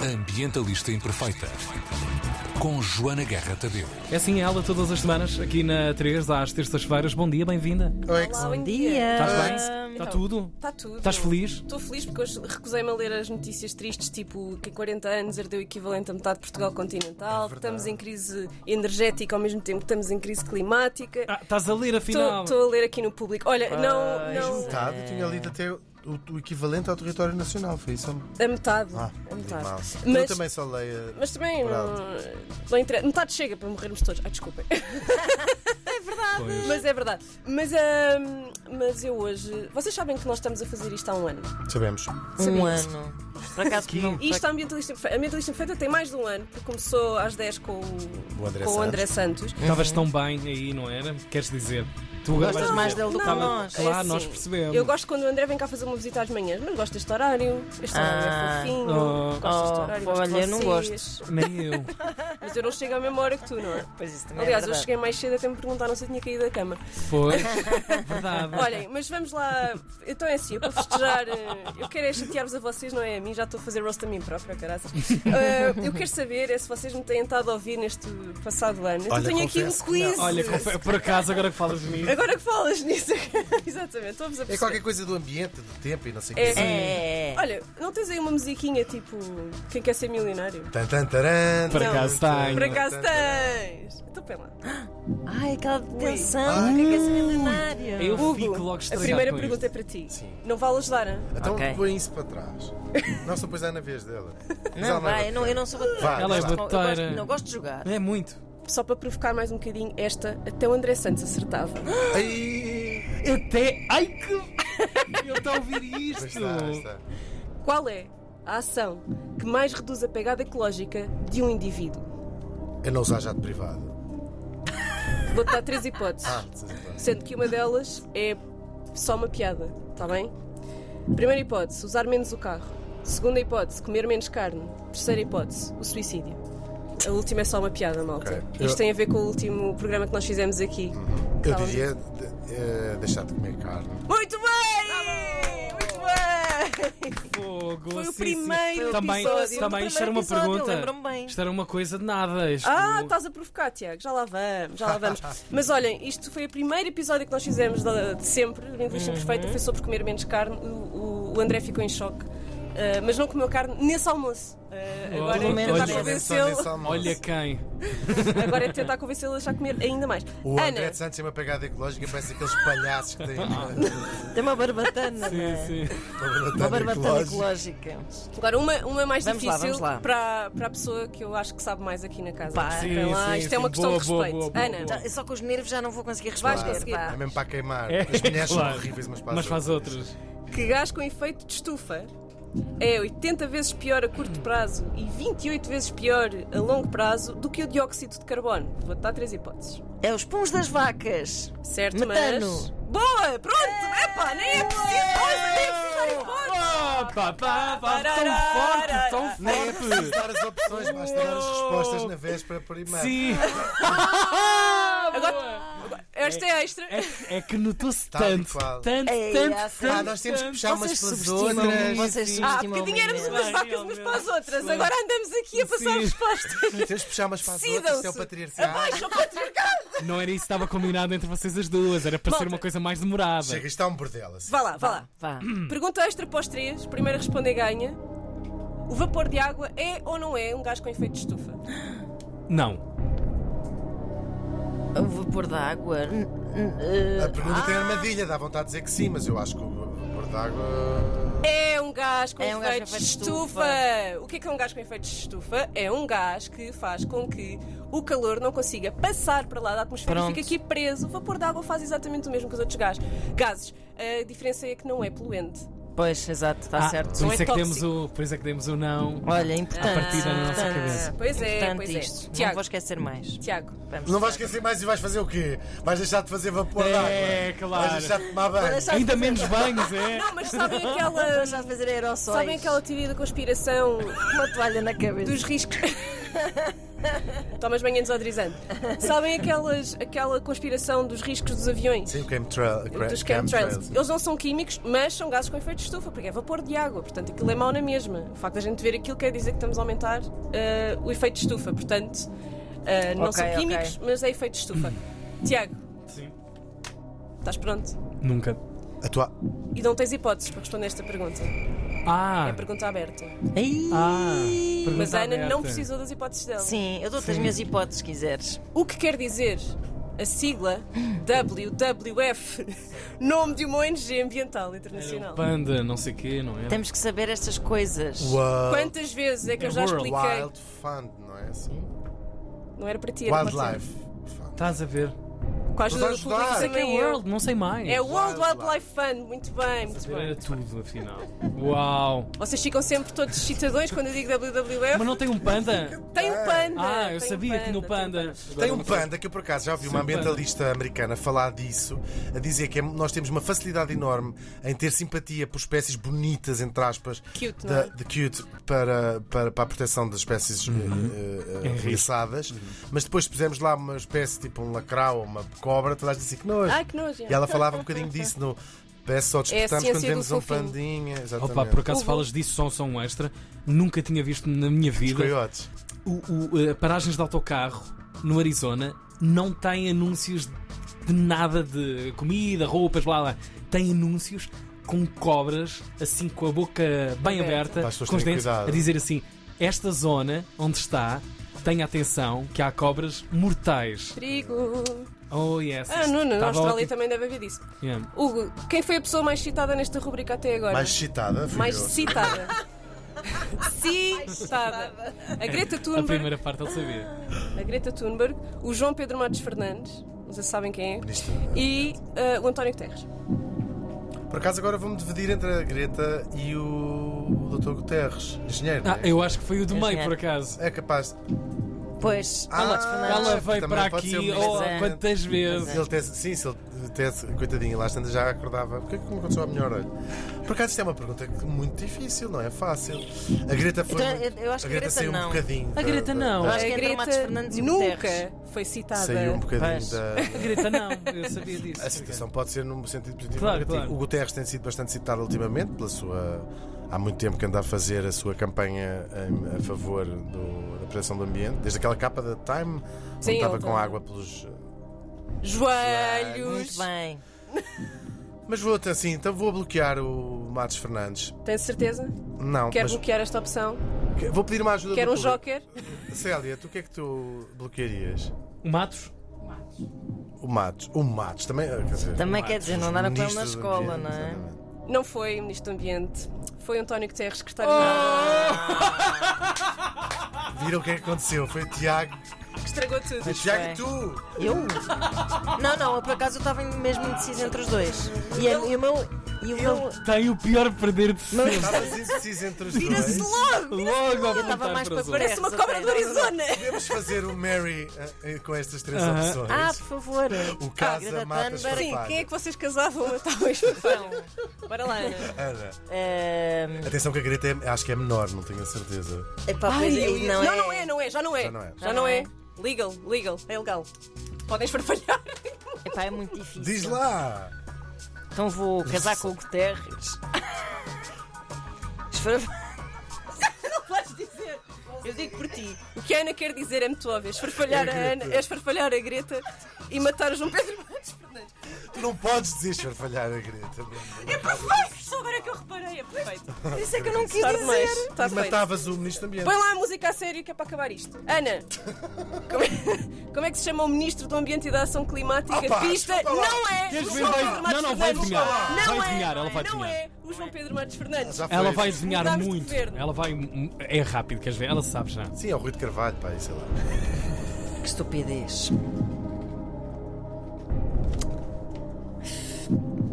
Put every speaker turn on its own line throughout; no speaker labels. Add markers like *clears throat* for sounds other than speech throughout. Ambientalista Imperfeita. Com Joana Guerra Tadeu.
É assim ela todas as semanas, aqui na 3, às terças-feiras. Bom dia, bem-vinda.
é
Oi,
Olá,
bom
bom
dia.
dia.
Estás bem?
Ah,
Está
então,
tudo?
Está tudo.
Estás feliz?
Estou feliz porque hoje recusei-me a ler as notícias tristes, tipo que em 40 anos ardeu o equivalente a metade de Portugal
É
continental, que estamos em crise energética ao mesmo tempo que estamos em crise climática.
Ah, estás a ler, afinal.
Estou a ler aqui no público. Olha, não,
tá.
não.
é.
Metade, eu tinha lido até o, o equivalente ao território nacional, foi isso?
A metade.
Ah,
a metade.
mal. Eu
Um Mas-
também só leio.
Mas também não,
Bravo.
não interessa. Metade chega para morrermos todos. Ai, desculpem.
*laughs* Pois.
Mas é verdade. Mas, ahm, mas eu hoje. Vocês sabem que nós estamos a fazer isto há um ano.
Sabemos.
Um ano. Por acaso não.
E isto a Ambientalista Imperfeita. A Ambientalista Imperfeita tem mais de um ano, porque começou às 10 com o,
O André
com o
Santos.
André Santos.
Estavas tão bem aí, não era? Queres dizer? Tu agora
Gostas
vais
mais
dizer.
dele do que
Não,
nós?
é
Claro, nós
assim,
percebemos.
Eu gosto quando o André vem cá fazer uma visita às manhãs, mas gosto deste horário. Este
Ah.
horário é fofinho.
Oh.
gosto deste
Oh,
horário. gosto de
olha, eu não
vocês.
Nem eu.
Mas eu não chego à mesma hora que tu, não é?
Pois isso também
Aliás,
é
eu
verdade.
cheguei mais cedo até me perguntaram se eu tinha caído da cama. *laughs*
Pois. Verdade.
Olhem, mas vamos lá. Então é assim, eu para festejar. eh, Eu quero é chatear-vos a vocês, não é a mim, já estou a fazer roast a mim própria, caraças. Eh, eu quero saber é se vocês me têm estado a ouvir neste passado ano. Então
Olha,
tenho aqui um
confesso que
quiz.
não.
Olha, confe- *laughs* por acaso, agora que falas nisso.
Agora que falas nisso, *laughs* exatamente, estamos a
É
perceber.
qualquer coisa do ambiente, do tempo e não sei o
É.
que.
É.
Olha, não tens aí uma musiquinha tipo Quem quer ser milionário?
Tan, tan, taran,
Por
tan,
acaso
tan,
tenho.
Por acaso
tan, taran.
tens! Então pera lá.
Ai, aquela detenção.
Ai.
que é que é ser milionário?
Eu
Hugo,
fico logo
a
estragado
primeira
com isto.
pergunta é para ti.
Sim.
Não vale ajudar, hein?
Então
Ok.
põe isso para trás. Não, só pôs a na vez dela. Mas ela
Não, vai, eu não, eu não sou bateira.
Vá,
Ela é
Eu gosto- eu
bateira.
gosto- Não, gosto de jogar.
É muito.
Só para provocar mais um bocadinho, esta até o André Santos acertava.
Ai,
Eu até. Ai que. *laughs* Eu estou a ouvir isto.
pois está, pois está.
Qual é a ação que mais reduz a pegada ecológica de um indivíduo?
Eu não usar jato privado.
Vou-te dar três hipóteses,
Ah, não sei se vai.
sendo que uma delas é só uma piada, está bem? Primeira hipótese, usar menos o carro. Segunda hipótese, comer menos carne. Terceira hipótese, o suicídio. A última é só uma piada, malta.
Ok.
Isto
Eu- Uhum.
tem a ver com o último programa que nós fizemos aqui.
Eu diria de- eh, deixar de comer carne.
Muito bem! Muito bem!
Fogo,
Foi o
sim, sim.
primeiro
também,
episódio.
Também,
Do
isto era uma
primeiro episódio,
pergunta.
lembro-me bem.
Isto era uma coisa de nada. Isto...
Ah, estás a provocar, Tiago. Já lá vamos, já
*laughs*
lá vamos. Mas olhem, isto foi o primeiro episódio que nós fizemos de, de sempre, do Linguiça
Uhum.
Perfeita, foi sobre comer menos carne. O, o- o André ficou em choque. Ah, mas não comeu carne nesse almoço. Ah,
Oh,
agora,
pelo
é
menos.
tentar
Olha,
convencê-lo,
Olha quem.
agora é tentar convencê-lo a deixar comer ainda mais.
O André
Ana,
de Santos tem uma pegada ecológica, parece aqueles palhaços que têm uma
Tem uma barbatana, não é?
Sim, sim.
Uma
barbatana
barbatana
ecológica.
ecológica.
agora uma, uma mais
Vamos lá,
difícil
vamos lá.
Para, para a pessoa que eu acho que sabe mais aqui na casa.
Pá.
Espera
Sim,
lá,
sim,
isto
sim.
é uma questão
Boa,
de
boa,
respeito.
boa, boa,
Ana,
boa.
Já- Então, Só com os nervos já não vou conseguir
Vais
responder.
conseguir.
pá.
É mesmo para queimar.
É,
As mulheres
claro.
são horríveis, mas para
Mas faz outras.
que gás com efeito de estufa é 80 vezes pior a curto prazo e 28 vezes pior a longo prazo do que o dióxido de carbono. Vou-te dar três hipóteses.
É os puns das vacas.
Certo, mas.
Metano.
Boa! Pronto! Epá, nem é preciso! Olha, nem é preciso dar hipóteses!
Oh, pá, pá, pá, tão forte,
Nem é
tão
preciso
forte.
dar as opções, basta dar as respostas na véspera primeiro.
*laughs*
Sim,
Esta é extra.
é, é que notou-se
Tal e
tanto,
qual.
tanto, tanto,
Ei, ah,
tanto.
Ah, nós temos que puxar umas
Vocês
pelas
subestimam.
outras.
Vocês
Sim.
Há
subestimam.
bocadinho éramos
o
umas
menino.
vacas umas para as outras, agora andamos aqui a passar
Sim.
*laughs*
respostas.
Temos que puxar umas para as outras. Isso é o
Decidam-se.
patriarcado.
Só para triunfar.
Não era isso que estava combinado entre vocês as duas, era para ser
Malta.
uma coisa mais demorada.
Chega, isto é um bordel. assim.
Vá lá, vá lá.
Vá.
Pergunta extra para os três, primeiro a responder ganha. O vapor de água é ou não é um gás com efeito de estufa?
Não,
O vapor da água. N- n-
A
eh,
pergunta tem armadilha, dá vontade de dizer que sim, mas eu acho que o vapor d'água.
É um gás com
É um gás
efeito
com
de
efeito de
estufa. O que é que é um gás com efeito de estufa? É um gás que faz com que o calor não consiga passar para lá da atmosfera
Pronto.
e fica aqui preso. O vapor de água faz exatamente o mesmo que os outros gás- gases. A diferença é que não é poluente.
Pois, exato, está
Ah,
certo.
Por
Não
isso
é
é que
tóxico. Tá
temos o, por isso é que temos o não.
Olha, é
À
importante.
partida na nossa
importante.
cabeça.
Pois é,
Importante
pois é.
isto.
Tiago.
Não vou esquecer mais.
Tiago,
Vamos
Não vais
esquecer.
esquecer mais e vais fazer o quê? Vais deixar de fazer vapor
É,
d'água.
claro.
Vais deixar de tomar banho.
deixar-
Ainda menos banhos, é?
não, Ah, mas sabem
Vou
aquela,
*laughs* deixar de fazer aerossóis.
sabem aquela teoria da conspiração
*laughs* Uma toalha na cabeça.
dos riscos. Tomas banho em desodorizante. Sabem aquelas, aquela conspiração dos riscos dos aviões?
Sim, o chemtrail. cra-
Dos
chemtrails.
chemtrails. Eles não são químicos, mas são gases com efeito de estufa, porque é vapor de água, portanto aquilo é mau na mesma. O facto de a gente ver aquilo quer dizer que estamos a aumentar eh, o efeito de estufa, portanto eh, não
Ok,
são
ok.
químicos, mas é efeito
*clears throat*
de estufa. Tiago. Estás pronto?
Nunca.
A tua.
E não tens hipóteses para responder esta pergunta.
Ah!
É pergunta aberta.
Ai.
Ah! pergunta
Mas a Ana
aberta.
não precisou das hipóteses dela.
Sim, eu dou-te as minhas hipóteses, se quiseres.
O que quer dizer a sigla WWF, *laughs* nome de uma ONG ambiental internacional?
Panda, não sei o quê, não é?
Temos que saber estas coisas.
World,
Quantas vezes é que eu
É
já
World
expliquei?
Wild Fund, não é assim?
Não era para ti, era para ti.
Wildlife Fund.
Estás a ver?
Com a ajuda do
Vamos
público
ajudar.
Sei que é
também eu.
World, não sei mais.
É o World
Wildlife.
Wildlife Fund, muito bem, muito bem.
Era tudo, afinal. Uau!
Vocês ficam sempre todos excitadões quando eu digo WWF.
Mas não tem um panda?
Tem
É.
um panda!
Ah, eu
tem um
sabia que no panda.
Tem um panda que eu por acaso já ouvi
um
uma ambientalista americana falar disso, a dizer que é- nós temos uma facilidade enorme em ter simpatia por espécies bonitas, entre aspas,
Cute,
da-
não é?
de cute para, para, para a proteção das
Uhum.
espécies eh, eh,
Em risco.
ameaçadas,
Uhum.
mas depois se pusermos lá uma espécie tipo um lacrau ou uma cobra, toda a gente dizia que nós.
Ai, que nojo. É
E ela falava um bocadinho disso no. Parece só despertamos
ciência
quando
do
vemos um
fofinho.
pandinha. Exatamente.
Opa, por acaso
O-
falas disso, só um som extra. Nunca tinha visto na minha
Os
vida.
coiotes.
o, o, eh, paragens de autocarro no Arizona não têm anúncios de nada de comida, roupas, blá blá. Tem anúncios com cobras, assim com a boca bem aberta,
Para as pessoas
com os
terem
dentes,
cuidado.
a dizer assim: esta zona onde está, tenha atenção que há cobras mortais.
Perigo.
Oh, yes.
Ah, Nuno, na
Estava
Austrália
ótimo.
também deve haver disso.
Yeah.
Hugo, quem foi a pessoa mais citada nesta rubrica até agora?
Mais excitada. fui
Mais
eu. *laughs*
citada. citada. A Greta
A
Thunberg.
primeira parte ele sabia.
A Greta Thunberg, o João Pedro Matos Fernandes, vocês sabem quem é,
Ministro.
e ah, o António Guterres.
Por acaso agora vou-me dividir entre a Greta e o Dr. Guterres, engenheiro. não
Ah,
é?
eu acho que foi o do meio,
Engenheiro.
por acaso.
É capaz.
Pois,
Ah,
não Lotes Fernandes.
Ela
que
veio
também
para
pode ser
aqui
o
oh,
Ah. Mas é.
quantas vezes.
Se ele tivesse, sim, se ele tivesse, coitadinho, lá estando já acordava. Porquê que me aconteceu a melhor olho? Por acaso isto é uma pergunta que- muito difícil, não é fácil. A Greta foi.
Então,
muito-
eu acho que a Greta
saiu
não.
um bocadinho.
A
da-
Greta
da-
não. É
da-
Acho que
a
entre
Greta
Matos Fernandes e
nunca
Guterres.
foi citada.
saiu um bocadinho
*laughs*
Pois.
da.
Greta, não, eu sabia disso.
A citação pode ser num sentido positivo
Claro,
ou negativo.
claro.
O Guterres tem sido bastante citado ultimamente pela sua. Há muito tempo que anda a fazer a sua campanha em- a favor do- da proteção do ambiente, desde aquela capa da Time,
Sim,
onde estava
ele- tá.
com água pelos.
Joelhos.
Muito bem.
Mas vou até assim, então vou bloquear o Matos Fernandes.
Tens certeza?
Não,
Quer
mas
bloquear esta opção?
que- vou pedir uma ajuda
Quer
do
um
público.
joker?
Célia, tu o que é que tu bloquearias?
O Matos?
O Matos. O Matos também. ah, Quer dizer,
Também
o
quer dizer, não
os
andaram com ele na
ministros do
escola,
ambiente,
não é?
exatamente.
Não foi o Ministro do Ambiente, foi António Guterres, secretário
Viram o que é que aconteceu? Foi o Tiago.
que estragou tudo.
Foi o Tiago e tu!
Eu? Não, não, eu por acaso eu estava mesmo indeciso entre os dois. E, a- e o meu. E o meu.
Tem o pior perder de
meu-
sempre.
Estavas indeciso entre os
Vira-se
dois.
logo!
Logo
Eu estava mais para
para
Parece uma
Guterres,
cobra do
até.
Arizona!
Podemos fazer o Mary eh, eh, com estas três
Aham.
opções.
Ah, por favor.
O casa
Ah, Greta
mata
Thunberg. Então,
Sim,
Claro.
quem é que vocês casavam? Eu Estava a
*laughs*
esfafar. Bora lá, Ana.
Ana.
Ahm,
Atenção que a Greta é- acho que é menor, não tenho a certeza.
epá,
Ai,
pois,
eu ia-
não, é.
não é, não é, já não é.
Já não é.
Já não é. Legal, legal, é legal. Podem esfarfalhar. *laughs*
Epá, é muito difícil.
Diz lá!
Então vou casar com o *laughs* Guterres. Esfra-
Vais dizer. Eu digo por ti. O que a Ana quer dizer é muito óbvio. Esfarfalhar a, Ana, é esfarfalhar a Greta e matar o João Pedro Matos Fernandes.
Tu não podes dizer esfarfalhar a Greta. não-
tá
É perfeito! Só agora é que eu reparei, é perfeito.
Isso é que eu não quis
Está
dizer.
demais. Está
E
feito.
matavas o ministro do ambiente.
Põe lá a música a sério que é para acabar isto. Ana, como é, como é que se chama o ministro do Ambiente e da Ação Climática?
Opa,
Pista,
desculpa lá.
não é!
Queres
o
ver?
João
Vai-
Pedro Matos
não, não, vai
Fernandes.
adivinhar. Vai
Não é,
adivinhar, ela vai
Não
adivinhar.
é o João Pedro Matos Fernandes.
Já foi.
Ela vai adivinhar
Mudámos de
muito.
governo.
Ela vai. É rápido, queres ver? Ela sabe já.
Sim, é o Rui de Carvalho, pá, sei lá.
Que estupidez.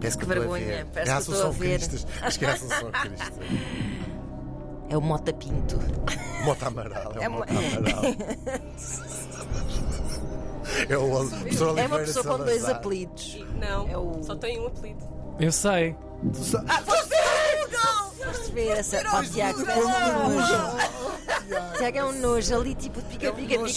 Parece
Que vergonha, parece que eu
são
estou a ver.
Cristas. Acho que é a Assunção Cristas.
É o Mota Pinto.
Mota Amaral. É,
É
o
uma-
Mota
*laughs*
Amaral. é o o professor
É uma
Oliveira
pessoa com dois
Salazar.
apelidos.
Não,
É o-
só tem um apelido.
Eu sei.
Tu sa- Ah, é um
Vê essa. Pá, Tiago, é um
Google!
Tiago é um nojo ali, tipo, pica, pica, pica, pica, eu
É um nojo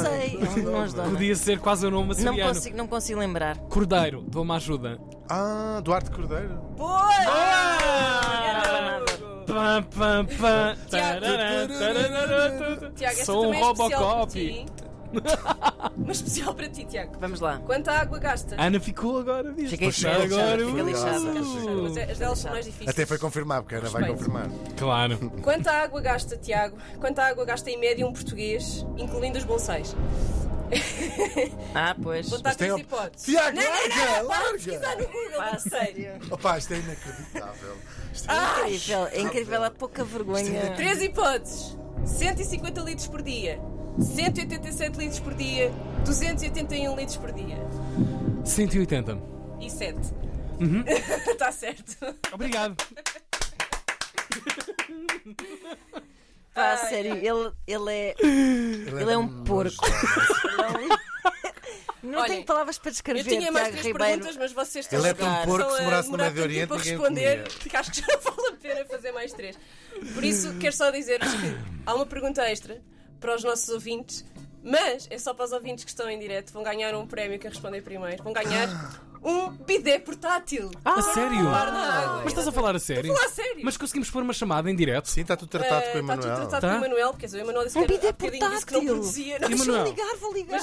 sei. É um
de homem.
Nós
Podia ser quase o nome
Não
açoriano.
consigo, não consigo lembrar.
Cordeiro, dou-me ajuda.
Ah, Duarte Cordeiro.
Ah,
Pam, pam, pam. Tarará, tarará, tarará.
Tiago, esta
Sou um
também é especial para
Robocop.
ti.
*laughs*
Mas especial para ti, Tiago.
Vamos lá.
Quanta água gastas?
A Ana ficou agora, diz.
Fiquei
Puxa,
lixada,
agora.
fiquei
uh,
lixada.
Mas é- as delas são mais difíceis.
Até foi confirmar, porque a Ana vai
Respeito.
confirmar.
Claro.
Quanta água gasta, Tiago? Quanta água gasta em média um português, incluindo os bonsais?
Ah, pois.
Vou dar três
op-
hipóteses.
Tiago,
Não, não,
larga,
não, para de
larga.
pesquisar no Google,
Pá,
a sério.
Opa, isto é inacreditável. Isto é-
Ah,
Incrível, é incrível, há pouca vergonha.
Três hipóteses: 150 litros por dia, 187 litros por dia, 281 litros por dia
180.
e 7.
Uhum.
*laughs* Está certo.
Obrigado.
Pá, a sério, ele, ele é. Ele é um porco. Não
Olha,
tenho palavras para descrever.
Eu tinha mais três
Tiago Ribeiro.
perguntas, mas vocês estão
Ele é
a
tão
jogar.
porco que
Estão
se
a
morasse no
demorar
Médio
tanto tempo
Oriente,
para
ninguém
responder
comia.
que acho que já não vale a pena fazer mais três. Por isso, quero só dizer-vos que há uma pergunta extra para os nossos ouvintes, mas é só para os ouvintes que estão em direto. Vão ganhar um prémio que respondem primeiro. Vão ganhar
Ah.
um bidé portátil.
A sério?
Par na água.
Mas estás a falar a sério?
Estou a falar a sério.
Mas conseguimos pôr uma chamada em direto?
Sim, está tudo tratado com o
Está Eh, tudo
Emanuel.
tratado
Tá?
com o Emanuel, porque o Emanuel disse
Um
que, era,
bidé
há bocadinho disse que não
portátil.
produzia. Não,
Emanuel.
Vou ligar, vou ligar.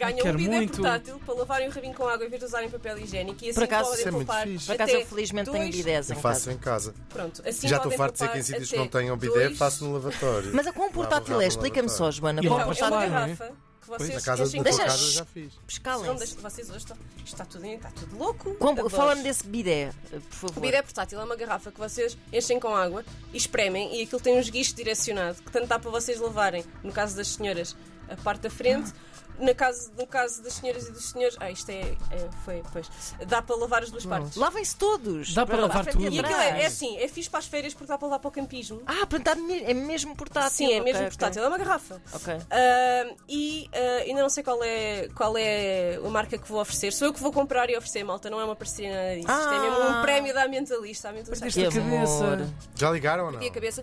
Ganham um
Quero
bidé
muito.
portátil para lavarem o rabinho com água em vez de usarem papel higiénico e assim
Por acaso,
podem
isso é muito
poupar
fixe.
Por acaso,
até
eu felizmente tenho
dois-
bidez
Eu
em
faço
casa.
em casa.
Pronto, assim
Já estou
podem
farto de dizer que
poupar
em sítios que
até
não tenham bidé,
dois-
faço no lavatório.
Mas a quão portátil
Lavo,
é?
lavo,
Explica-me
lavo,
só,
lavo.
Joana.
E
quão
lá
Então, é
Claro,
uma
não é?
portátil
garrafa que vocês
Na casa,
enchem
na tua
com-
Deixa-
casa eu já fiz.
Mas
Se não
calem-se.
deixam- Vocês hoje estão. isto Está tudo, em- está tudo louco.
Quão-
Adoro.
Fala-me desse bidé, por
O
favor.
bidé portátil é uma garrafa que vocês enchem com água e espremem, e aquilo tem um esguicho direcionado que tanto dá para vocês lavarem, no caso das senhoras, a parte da frente.
Ah.
Na caso, no caso das senhoras e dos senhores. Ah, isto é. é- foi, pois. Dá para lavar as duas partes.
Lavem-se todos.
Dá para
lá,
lavar
frente e
tudo.
E aquilo
atrás.
é, é assim, é fixe para as férias porque dá para levar para o campismo.
Ah, portanto, há de me- é mesmo portátil.
Sim, é
ok,
mesmo
ok.
portátil, é uma garrafa.
Ok.
Ah, e ah, ainda não sei qual é, qual é a marca que vou oferecer. Sou eu que vou comprar e oferecer, malta, não é uma parceria nada disso. Isto é
Ah.
mesmo um prémio da ambientalista. A ambientalista
Perdeste
acha
a
Que amor.
cabeça.
Já ligaram ou não?
que tinha a cabeça.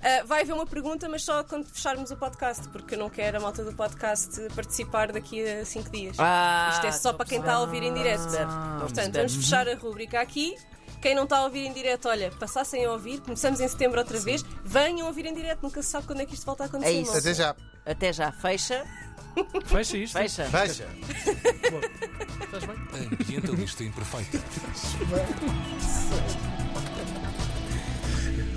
Ah, vai haver uma pergunta, mas só quando fecharmos o podcast, porque eu não quero a malta do podcast participar daqui a 5 dias.
Ah,
Isto é só para quem está a ouvir em direto. Portanto, vamos fechar a rúbrica aqui. Quem não está a ouvir em direto, olha, passassem a ouvir, começamos em setembro outra vez, venham ouvir em direto, nunca se sabe quando é que isto volta a acontecer.
É isso.
malta.
Até já.
Até já. Fecha.
Fecha isto.
Fecha.
Veja.
Ambientalista Imperfeita.